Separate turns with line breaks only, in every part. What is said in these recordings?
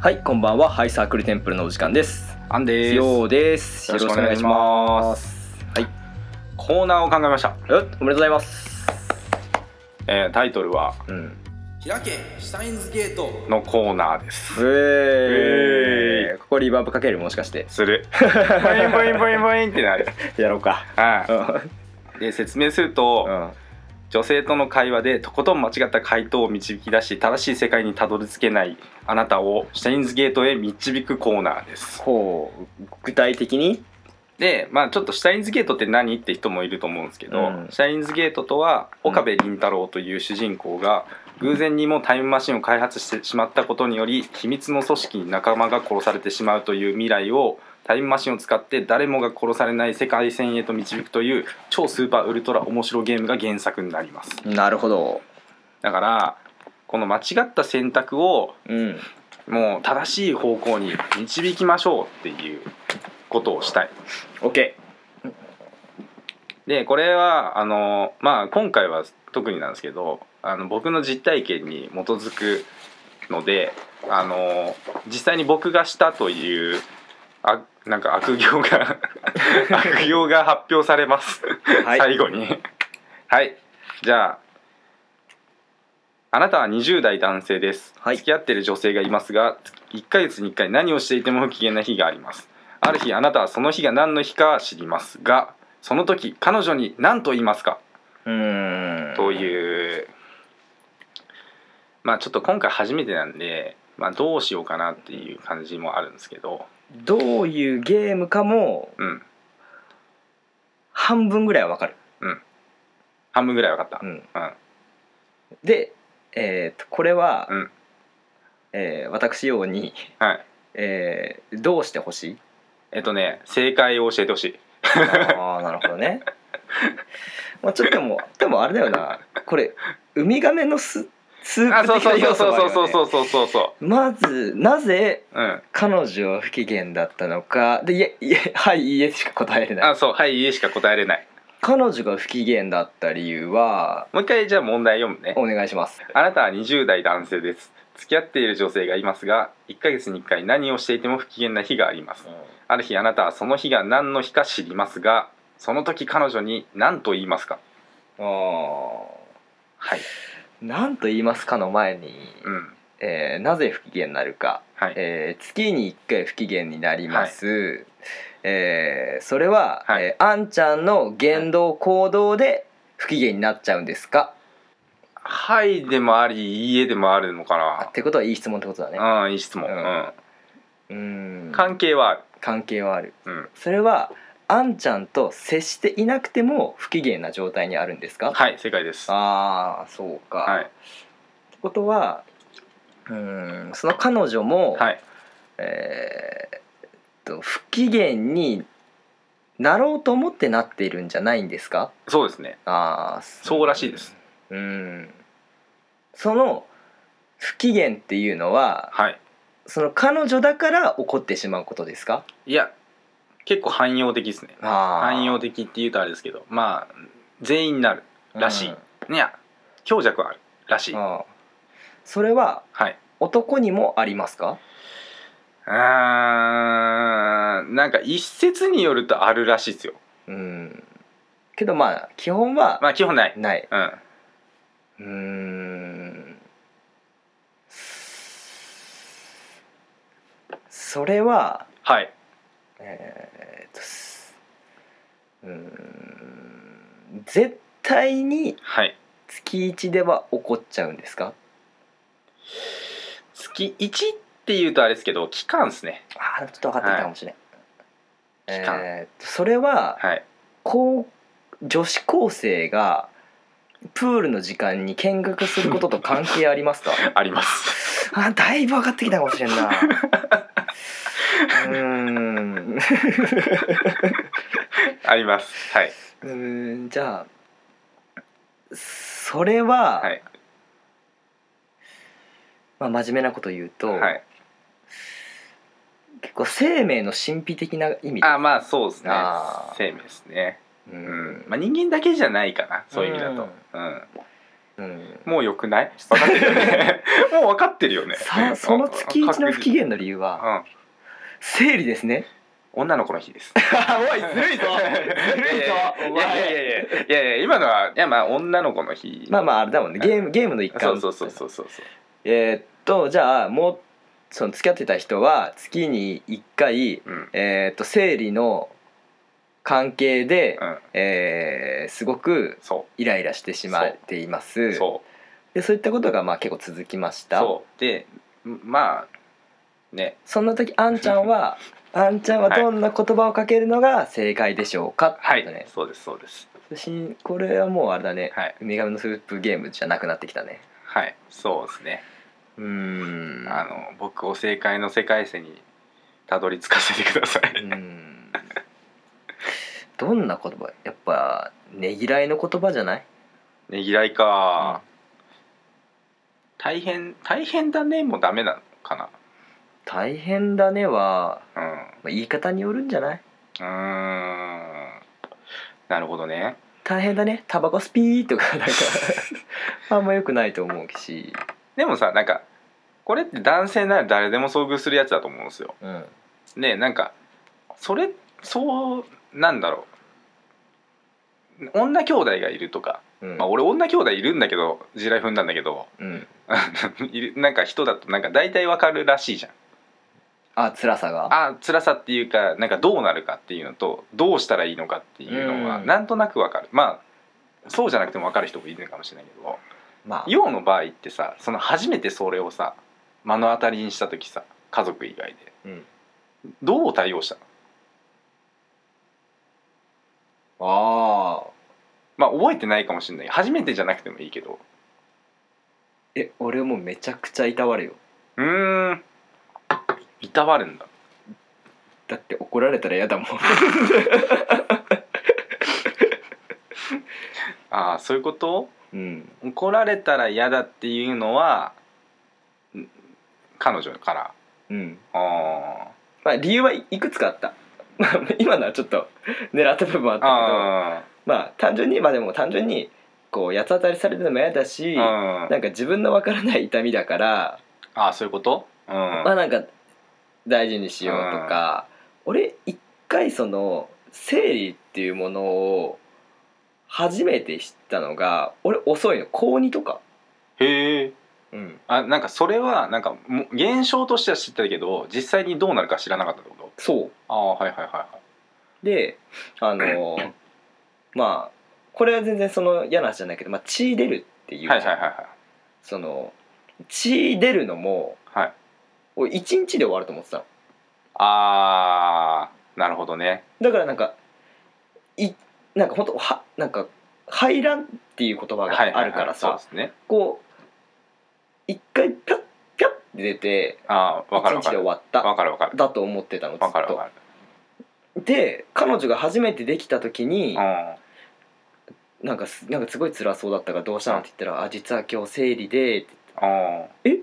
はい、こんばんは。ハイサークルテンプルのお時間です。
アンです。
ようです。よ
よ
ろ
ろ
しくお
しくお
願
願
い
い
し
し
ま。
ますコーナーを考えました。
えおめでとうございます。
えータイトルは
うん。
開けシュタインズゲート
のコーナーです。
うえ
え
ー、ここリバーブかけるもしかして。
する。ボインボインボインボイン ってなる。
やろう か。う
は
ん。
い。で説明すると、女性との会話でとことん間違った回答を導き出し正しい世界にたどり着けないあなたをシュタインズゲートへ導くコーナーです。
こう、具体的に
でまあちょっとシュタインズゲートって何って人もいると思うんですけど、
うん
シュタインズゲートとは岡部倫太郎という主人公が偶然にもタイムマシンを開発してしまったことにより秘密の組織に仲間が殺されてしまうという未来をタイムマシンを使って誰もが殺されない世界線へと導くという超スーパーウルトラ面白ゲームが原作になります
なるほど。
だからこの間違った選択を
うん。
もう正しい方向に導きましょうっていうことをしたい
OK。
でこれはあの、まあ、今回は特になんですけどあの僕の実体験に基づくのであの実際に僕がしたというあなんか悪行が悪行が発表されます、
はい
最後に はいじゃああなたは20代男性です、
はい
付き合ってる女性がいますが1ヶ月に1回何をしていても不機嫌な日がありますある日あなたはその日が何の日か知りますがその時彼女に何と言いますか
うーん。
と
う。
いうまあちょっと今回初めてなんで、まあ、どうしようかなっていう感じもあるんですけど
どういうゲームかも、
うん
半分ぐらいはわかる。
半分ぐらい分かった
うん。
うん
で、えー、とこれは、
うん
えー私ように、
はい
えーどうしてほしい
えっとね正解を教えてほしい
ああなるほどね まあちょっとでもでもあれだよなこれウミガメのススー
あ
プ
そう
的
そ
な
う
要
そう
素もある
そ
よ、ね、
うそうそうそうそうそ
まずなぜ
ううん
彼女は不機嫌だったのかでいやいやはいいいえしか答えれない
あそうはい家しか答えれない
彼女が不機嫌だった理由は
もう一回じゃあ問題読むね
お願いします
あなたは20代男性です付き合っている女性がいますが1ヶ月に1回何をしていても不機嫌な日がありますある日あなたはその日が何の日か知りますがその時彼女に何と言いますか
あー
はい
なんと言いますかの前に、
うん
えーなぜ不機嫌になるか
はい、
えー月に1回不機嫌になります、えーそれは、
はい
えーあんちゃんの言動行動で不機嫌になっちゃうんですか、
はいでもありいいえでもあるの
あっ
か
てことはいい質問ってことだね
なうんいい質問、
う
うんん
うーん
関係はある
関係はある
うん
それはあんちゃんと接していなくても不機嫌な状態にあるんですか、
はい正解ですは
ああそうか、っ
い
てことはうーんその彼女も、
はい
えーっと不機嫌になろうと思ってなっているんじゃないんですか
そうですね
ああ
そうらしいです
うんその不機嫌っていうのは
はい
その彼女だから怒ってしまうことですか
いや結構汎用的ですね汎
汎
用的って言うとあれですけどまあ全員なるらしいいや強弱はあるらしい
あ
は
ーそれはい男にもありますか
あーなんか一説によるとあるらしいですよ
うんけどまあ基本は
まあ基本ない
ない
うん
うーんそれは
はい
えーっとすうーん絶対に
はい
月一では怒っちゃうんですか
月1って言うとあれですけど期間ですね
あーちょっと分かってきたかもしれない、
期間
えーっとそれは
はい
こう女子高生がプールの時間に見学することと関係ありますか
あります
あーだいぶ分かってきたかもしれん なうーんう
あります。はい。
ーんじゃあそれは、
はい。
まあ、真面目なこと言うと、
はい。
結構生命の神秘的な意味
あ、まあ、そうですね
あー。
生命ですね。
う
うん。まあ、人間だけじゃないかな。そういう意味だと。うん。
うん
もう良くない分かってるよ ねもう分かってるよね
さその月一の不機嫌の理由は
うん
生理です ね
女の子の日 です
おいずるいぞずるいぞお
いやい
前
やいやいやいやいや今のはいやまあ女の子の日
まあまああれだもんねゲームゲームの一環
そうそうそうそうそう
えーっとじゃあもうその付き合ってた人は月に1回、
うん
えーっと生理の関係で、
うん
えーすごく
そ
イライラしてしまっていま
う
す
そう
でそういったことがまあ結構続きました
そうでまあね
そんな時あんちゃん はあんちゃんはどんな言葉をかけるのが正解でしょうか
は
ってこと
い
ね
そうですそうです
しんこれはもうあれだね
はい
ウミガメのスープゲームじゃなくなってきたね
はいそうですね
うーん
あの僕を正解の世界線にたどり着かせてください、
うーんどんな言葉やっぱねぎらいの言葉じゃない
ねぎらいか、大変大変だねもうダメなのかな
大変だねは、
うん
まあ、言い方によるんじゃないう
ーんなるほどね
大変だねタバコスピーとかなんかあんま良くないと思うし、
でもさなんかこれって男性なら誰でも遭遇するやつだと思うんですよ
うん、
ねなんかそれそうなんだろう女兄弟がいるとか、
うん
まあ、俺女兄弟いるんだけど地雷踏んだんだけど
うん、
いるなんか人だとなんか大体わかるらしいじゃん
あ辛さが
あ辛さっていうかなんかどうなるかっていうのとどうしたらいいのかっていうのは
うん
なんとなくわかる、まあそうじゃなくてもわかる人もいるのかもしれないけど
まあ
陽の場合ってさその初めてそれをさ目の当たりにした時さ家族以外で
うん、
どう対応したの
あー
まあ覚えてないかもしれない初めてじゃなくてもいいけど
え俺もうめちゃくちゃいたわるよ
うーんいたわるんだ
だって怒られたら嫌だもん
ああそういうこと
うん
怒られたら嫌だっていうのはん彼女から
うん
あ
まあ理由はいいくつかあった まあ今のはちょっと狙った部分はあった
ー
けど
あ
まあ単純にまあでも単純にこう八つ当たりされるのも嫌だし
ー
な
うん
んか自分のわからない痛みだから、
ああそういうことうん
まあなんか大事にしようとか、俺一回その生理っていうものを初めて知ったのが俺遅いの高2とか、
へえ
うん、
あなんかそれはなんかも現象としては知ってたけど実際にどうなるか知らなかったってこと
そう
ああはいはいはいはい
であ のまあこれは全然その嫌な話じゃないけど、まあ、血出るっていう、
はいはいはいはい
その血出るのも
はい
俺1日で終わると思ってたの
ああなるほどね
だからなんかいなんか本当はなんか排卵っていう言葉があるからさ、
はいはいはいそうですね
こう一回ピャッピャッって出て
ああわか
1
るわ
日
か
で
る
終わっ
わ
た
かるわかる
だと思ってたのずっ
わかるわか
と
る
で彼女が初めてできた時に、
うん
なんかすなんかすごい辛そうだったからどうしたのって言ったら「あ実は今日生理で」って
うん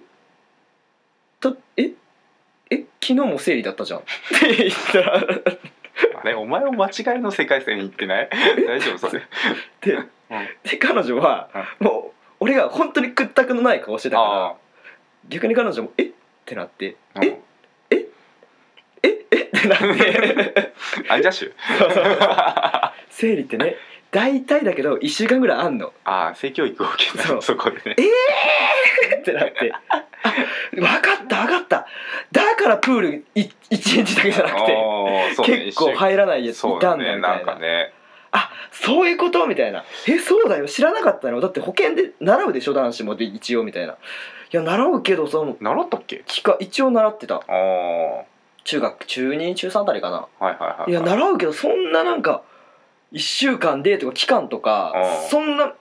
だええ昨日も生理だったじゃん」って言ったら
あれお前も間違いの世界線に行ってない 大丈夫それ
で,、で彼女はもう俺が本当に屈託のない顔してたから
あ
逆に彼女も「えっ?」てなって
あ
「
うん
えっえっ?」ってなって
アンジャッシュ あ
生理ってね大体だけど1週間ぐらいあんの
あ性教育を受けた
そう
そこでね
ってなって「あ分かった分かっただからプール1日だけじゃなくて
ああそうね
結構入らないやつい
そう
た
だ
んだ
ね
み
な
た
ん
いな
か。ね
あそういうことみたいな「えそうだよ知らなかったのだって保険で習うでしょ男子もで一応」みたいな「いや習うけどその
習ったっけ
機械一応習ってた
ああは
中学中2中3あたりかない
はいはいはい
いや習うけどそんななんか1週間でとか期間とか
うん
そんな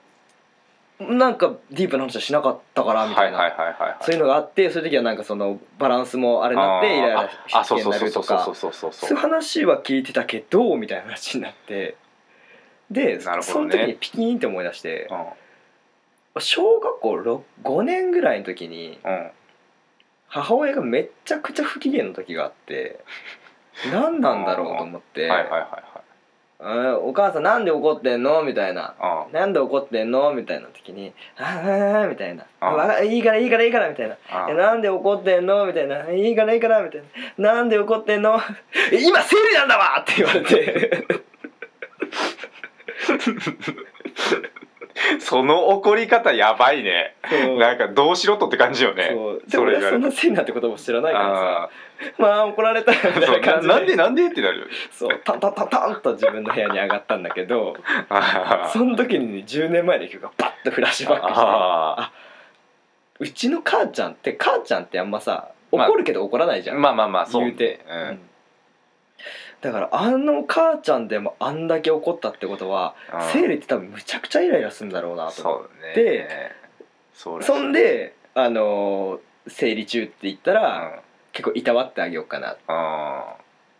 なんかディープな話はしなかったからみたいな、
はいはいはいはいはい
そういうのがあってそういう時はなんかそのバランスもあれになってイライラ
あーあ
し
そう
て
そう
な
そう
ると
そうそう
か
そうそうそう
そういう話は聞いてたけどみたいな話になってで、
なるほ
その
どね
時にピキーンって思い出して
うん
小学校ろ5年ぐらいの時に
うん
母親がめちゃくちゃ不機嫌の時があって何なんだろうと思って、
はいはいはいはい
「あお母さんなんで怒ってんの?」みたいな
あ
「なんで怒ってんの?」みたいな時に「あーあー」みたいな「
あ
わかいいからいいからいいから」みたいな
あ
えなんで怒ってんのみたいな「いいからいいから」みたいな「なんで怒ってんの今生理なんだわ!」って言われて
その怒り方やばいね
そう
なんかどうしろとって感じよね
そうで
そ
も
れ
俺
が
はそんな生理なんてことも知らないからさ
あ
まあ怒られたよ
ー
みた
そ
いうな感
な
じ
なんでなんでってなるよね
そうタンタンタンタンと自分の部屋に上がったんだけど
あー
その時に10年前の曲がパッとフラッシュバックして
あ
うちの母ちゃんって母ちゃんってあんまさ
まあ
怒るけど怒らないじゃ
ー
ん、
まあまあまあそう
言うて、
う
う
ん
んだからあの母ちゃんでもあんだけ怒ったってことは
うん
生理って多分むちゃくちゃイライラするんだろうなと思って
そう
で
ねそれ
そんで、あのー生理中って言った
うん
ら、
あ
結構いたわってあげようかなっ
あ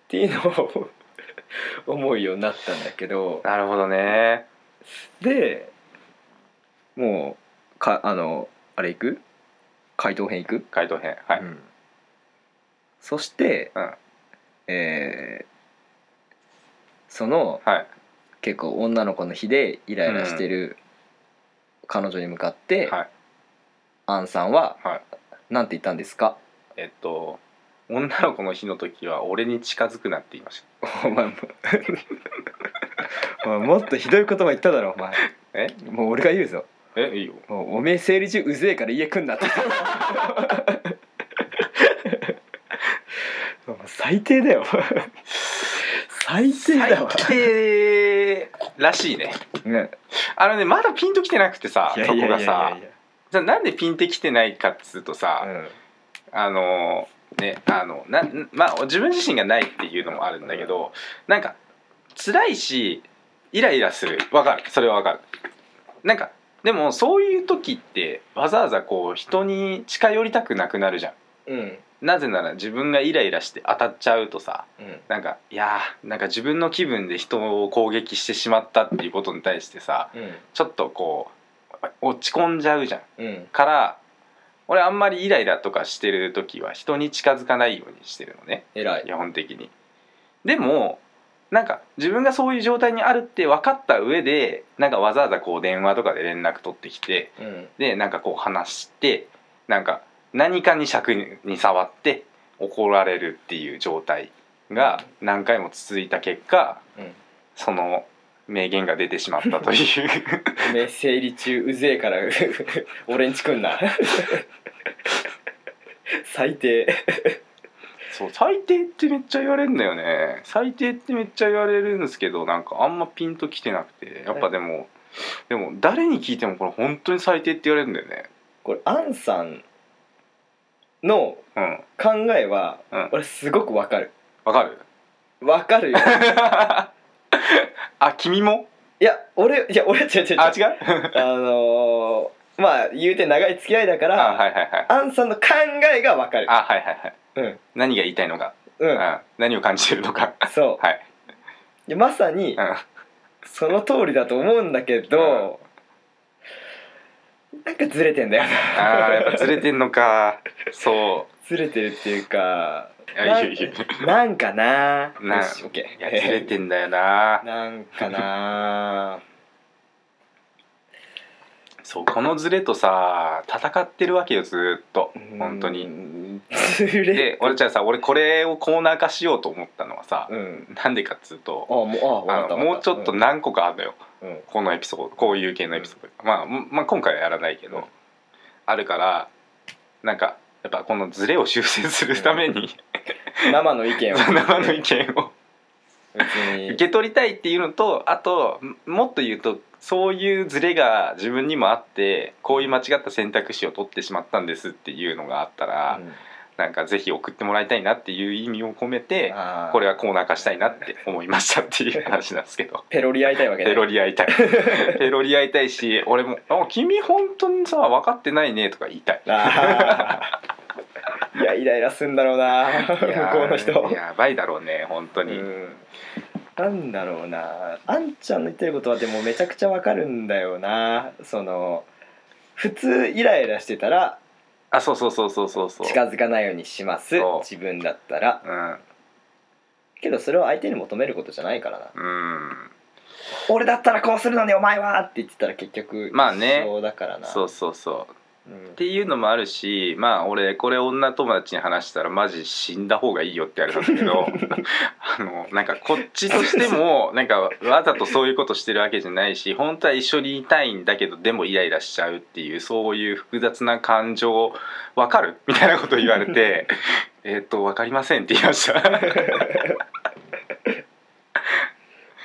ていうのを 思うようになったんだけど
なるほどね
でもうかあのあれ行く回答編行く、
回答編はい、
うんそして、
うん
えーその
はい
結構女の子の日でイライラしてる彼女に向かって、
はい
アンさんは、
はい
なんて言ったんですか
えっと女の子の日の時は俺に近づくなって言いまし
お前も お前もっとひどい言葉言っただろお前
たえ
もう俺が言うぞ
えいいよ
もうおめえ生理中うぜえから家来んなってお前最低だよ最低だわ、
低らしいね
ね、
あのねまだピンときてなくてさ
い
そ
や
こ
いやいや
が
い
さ
やいや
じゃあなんでピンってきてないかっつうとさ、あのねあのなまあ自分自身がないっていうのもあるんだけど、なんか辛いしイライラするわかるそれはわかるなんかでもそういう時ってわざわざこう人に近寄りたくなくなるじゃ
うんうん
んなぜなら自分がイライラして当たっちゃうとさ
うん
なんかいやーなんか自分の気分で人を攻撃してしまったっていうことに対してさちょっとこう落ち込んじゃうじゃん
うんうん
から俺あんまりイライラとかしてる時は人に近づかないようにしてるのね
偉い
基本的にでもなんか自分がそういう状態にあるって分かった上でなんかわざわざこう電話とかで連絡取ってきて
うん
でなんかこう話してなんか何かに尺に触って怒られるっていう状態が何回も続いた結果
うん
その名言が出てしまったという
おめえ生理中うぜえから 俺んち来んな最低
そう最低ってめっちゃ言われるんだよね最低ってめっちゃ言われるんですけどなんかあんまピンときてなくてやっぱでも、でも誰に聞いてもこれ本当に最低って言われるんだよね
これアンさんの
うん
考えは、
うん
俺すごくわかる
わかる
わかるよ
あ君も
いや俺いや俺違う違う違う
あ違う
あのーまあ言うて長い付き合いだか
あ
ら、
はいはいはい
アンさんの考えがわかる
あはいはいはい
うん
何が言いたいのか、
う
うんん、何を感じてるのか
そう、
はい
でまさに
うん
その通りだと思うんだけど、なんかずれてんだよな
あーやっぱずれてんのかそ
ずれてるっていうか
ういや
ない
いよいいよ
なんかな
な
よし OK
いやず れてんだよな
なんかな
そうこのズレとさ戦ってるわけよずーっと本当に
にずれ
で俺じゃあさ俺これをコーナー化しようと思ったのはさ
うん
なんでかっつう
あ
と
もうあわか
あ
った
の
わ
も
か
うちょっと何個かあるのよ
うんうん
このエピソードこういう系のエピソードまあもまあ今回はやらないけ
うん
どあるからなんかやっぱこのズレを修正するために
生の意見を
生の意見を
別に
受け取りたいっていうのとあともっと言うとそういうズレが自分にもあってこういう間違った選択肢を取ってしまったんですっていうのがあったら、なんかぜひ送ってもらいたいなっていう意味を込めてこれ
は
はコーナー化したいなって思いましたっていう話なんですけ ど
ペロリ会いたいわけね
ペロリ会い たいペロリ会いたいし俺も「あ君本当にさ分かってないね」とか言いたい。
あーい やイライラすんだろうな向
いやー
こうの人
やばいだろうね本当
う
に、
んなんだろうなあんちゃんの言ってることはでもめちゃくちゃわかるんだよなその普通イライラしてたら
あそうそうそうそうそうそう
近づかないようにします
そう
自分だったら
うん
けどそれを相手に求めることじゃないからな
うん
俺だったらこうするのにお前はって言ってたら結局
まあね
そうだからな
そうそうそう
うん
っていうのもあるしまあ俺これ女友達に話したらマジ死んだ方がいいよってやるんだけどあのなんかこっちとしてもなんかわざとそういうことしてるわけじゃないし本当は一緒にいたいんだけどでもイライラしちゃうっていうそういう複雑な感情わかるみたいなこと言われてえっとわかりませんって言いました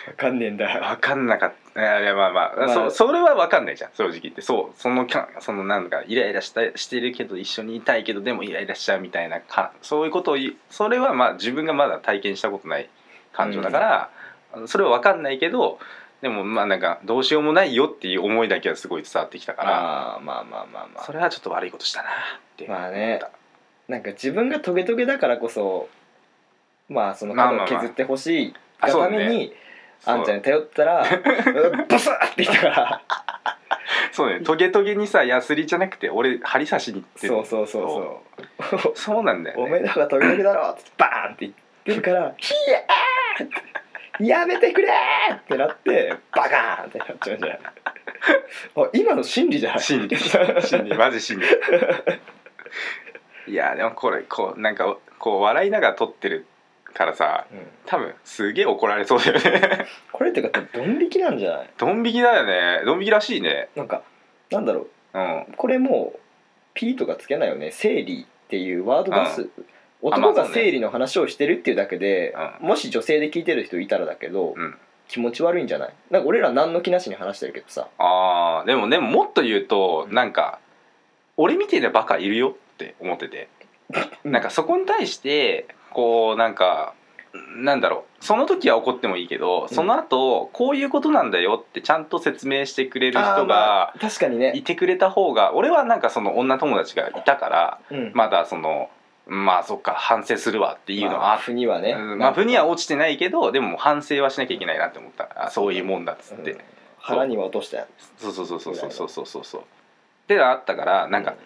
わかんねえんだ
わかんなかったいやいやまあまあ、
まあ
そそれはわかんないじゃん正直言ってそうそのかそのなんかイライラしたしてるけど一緒にいたいけどでもイライラしちゃうみたいなかそういうことを言うそれはまあ自分がまだ体験したことない感情だから、あのそれはわかんないけどでもまあなんかどうしようもないよっていう思いだけはすごい伝わってきたから、
まあまあまあまあまあ
それはちょっと悪いことしたなって
まあねなんか自分がトゲトゲだからこそまあその角を削ってほしい
あ
が
そ
た
う
め
ね
にあんちゃん
ん
に頼った らうっブスッって言ったから
そうねトゲトゲにさヤスリじゃなくて俺針刺しに行って
そうそうそうそう
そうなんだよね
おめえの方が飛び抜けだろっつってバーンって言ってる から「ひえー!」やめてくれー!」ってなってバカーンってなっちゃうんじゃないあ今の真理じゃない
真 理真理マジ真理いやでもこれこうなんかこう笑いながら撮ってるからさ
うん
多分すげえ怒られそうだよね
これってかドン引きなんじゃない
ドン引きだよねドン引きらしいね
なんかなんだろ
うん
うこれもう「P」とかつけないよね「生理」っていうワード出す、男
まあ
が
そうね
生理の話をしてるっていうだけで、もし女性で聞いてる人いたらだけど、
うん
気持ち悪いんじゃないなんか俺ら何の気なしに話してるけどさ
あーでもでももっと言うと
うん
なんか俺みてえなバカいるよって思っててなんかそこに対してこうなんかなんだろうその時は怒ってもいいけどその後こういうことなんだよってちゃんと説明してくれる
あー
人
ま
が
あ確かにね
いてくれた方が俺はなんかその女友達がいたから
うん
まだそのまあそっか反省するわっていうの
まあ
は
腑にはね、
うんまあ負には落ちてないけどでも反省はしなきゃいけないなって思ったあそういうもんだっつっ
うん
て
腹には落としたよ
そうそうそうそうそうそうそうそうそうであったからなんか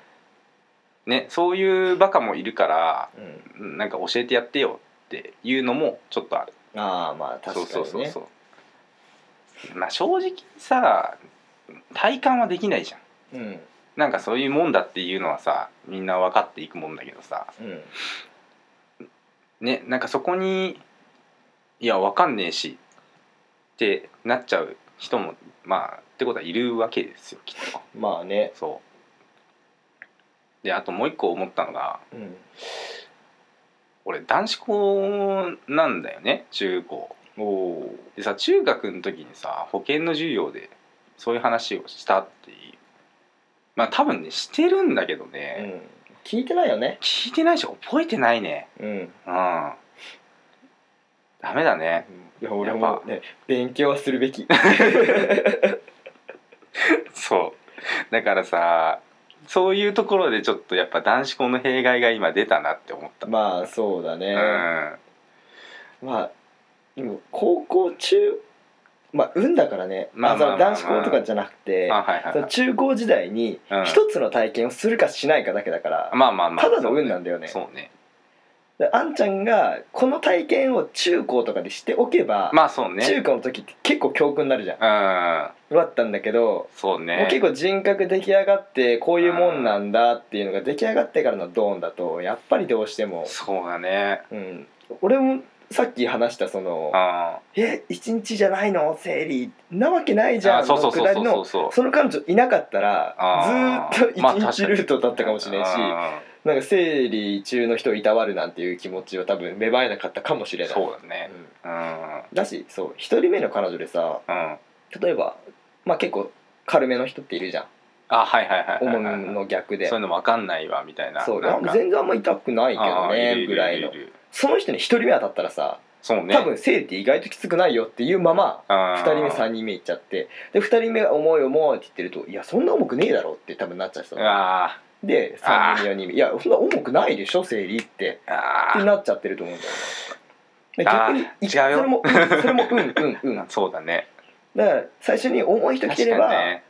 ねそういうバカもいるから
うん、
うんなんか教えてやってよっていうのもちょっとある
ああまあ確かにね
そうそうそうそうまあ正直さ体感はできないじゃん
うん
なんかそういうもんだっていうのはさみんな分かっていくもんだけどさ
うん
ねなんかそこにいや分かんねえしってなっちゃう人もまあってことはいるわけですよきっと
まあね
そうであともう一個思ったのが
うん
俺男子校なんだよね中高
おお
でさ中学の時にさ保険の授業でそういう話をしたっていうまあ多分ねしてるんだけどね、
ー、うん、聞いてないよね
聞いてないし覚えてないね
うん
うんダメだね
いや俺もね勉強はするべ き
そうだからさそういうところでちょっとやっぱ男子校の弊害が今出たなって思った、
まあそうだね、
うん
まあでも高校中まあ運だからね、
ま
ま
あ
あ、
まあ
その男
まあまあ
子校とかじゃなくて、
あはいは
そ
い
の
はい
中高時代に
うん
一つの体験をするかしないかだけだから、
まあまあまあ
ただの運なんだよね
そうね
であんちゃんがこの体験を中高とかでしておけば、
まあそうね
中高の時って結構教訓になるじゃん
うん
だったんだけど、
そうね
もう結構人格出来上がってこういうもんなんだっていうのが出来上がってからのドーンだとやっぱりどうしても、
そうだね
うん、俺もさっき話したその
あ
「え一日じゃないの生理なわけないじゃ
あ
ん」
そうそ
の
う
く
そう
だり
そう
の
そう
その彼女いなかったら
あー
ずーっと
まあ確かに
一日ルートだったかもしれんし、
う
なんか生理中の人をいたわるなんていう気持ちを多分芽生えなかったかもしれ
ん
ない。
そうだね
うん
うん
だしそう一人目の彼女でさ
うん
例えばまあ結構軽めの人っているじゃん
あはいはいはい
重
はいはい
みの逆で
そういうのわかんないわみたいな
そう
なんか
あ全然あんま痛くないけど
あーる
ね
る
ぐらいの
るる
その人に一人目当たったらさ
そうね
多分生理って意外ときつくないよっていうまま
2
2人目3人目いっちゃってで2人目が重い重いって言ってるといやそんな重くねえだろって多分なっちゃう人
あ
で3人目4人目いやそんな重くないでしょ生理って
ーあ
って
ー
なっちゃってると思うんだよねで
あ
逆
ー
にい
違うよ
それもうんそれもうんうんうん
そうだね
だから最初に重い人来てれ
確
ば、
かにね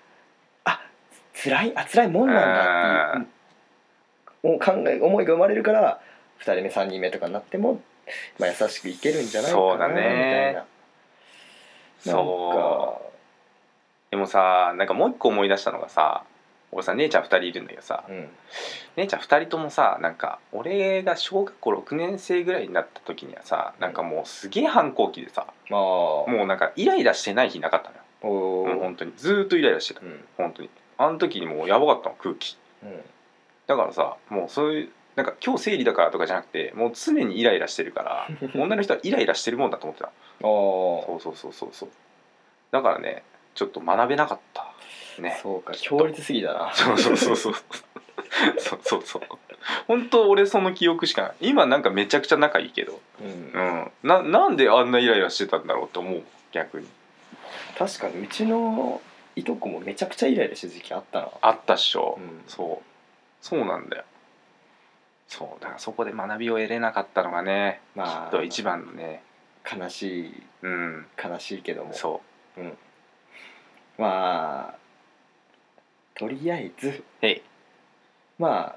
辛いあ辛いもんなんだっていうを考え思いが生まれるから2人目3人目とかになっても、まあ、優しくいけるんじゃないか
そう
な
だ
みたい
ね
な。
そうでもさなんかもう一個思い出したのがさ俺さ姉ちゃん2人いるんだけどさ
なんかうん
姉ちゃん2人ともさなんか俺が小学校6年生ぐらいになった時にはさなんかもうすげえ反抗期でさ
まあも
もうなんかイライラしてない日なかったのよ
うお
もう
ー
本当にずーっとイライラしてた
うん
本当にあの時にもうやばかったの空気
うん
だからさもうそういうなんか今日生理だからとかじゃなくてもう常にイライラしてるから 女の人はイライラしてるもんだと思ってた
あ
そうそうそうそうそうだからねちょっと学べなかった
あ
ね
そうか強烈すぎだな
そうそうそうそうそうそうそう本当俺その記憶しかない今なんかめちゃくちゃ仲いいけど、
うん
うん、ななんであんなイライラしてたんだろうって思う逆に
確かにうちのいとこもめちゃくちゃイライラした時期あったな
あったっしょ、
うん
そうそうなんだよそうだからそこで学びを得れなかったのがね、
まあ
きっと一番のね
悲しい
うん
悲しいけども
そ
まあとりあえず
うへい
まあ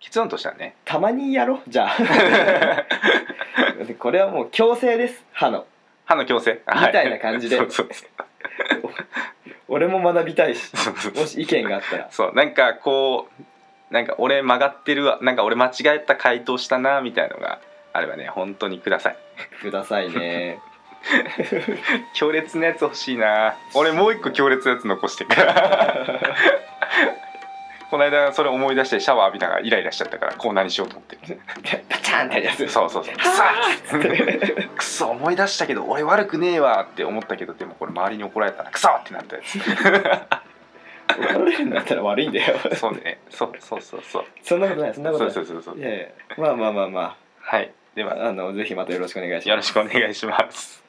結論としては ね
たまにやろうじゃ あでこれはもう強制です歯の
歯の矯正み
みたいな感じで
そうそうそう
俺も学びたいし
そうそうそう
もし意見があったら
そうなんかこうなんか俺曲がってるわなんか俺間違えた回答したなみたいのがあればね本当にください
くださいね
強烈なやつ欲しいな俺もう一個強烈なやつ残してるから この間それ思い出してシャワー浴びながらイライラしちゃったからコーナーにしようと思ってる
バチャンってやりやすい
そうそうそう くそくそ思い出したけど俺悪くねえわって思ったけどでもこれ周りに怒られたらくそってなったやつ
怒られるんだったら悪いんだよ
そうねそうそうそうそう
そんなことないそんなこと
そ
な
う
い
そうそうそう
いやいやまあまあまあま
はいでは
ああのぜひまたよろしくお願いします
よろしくお願いします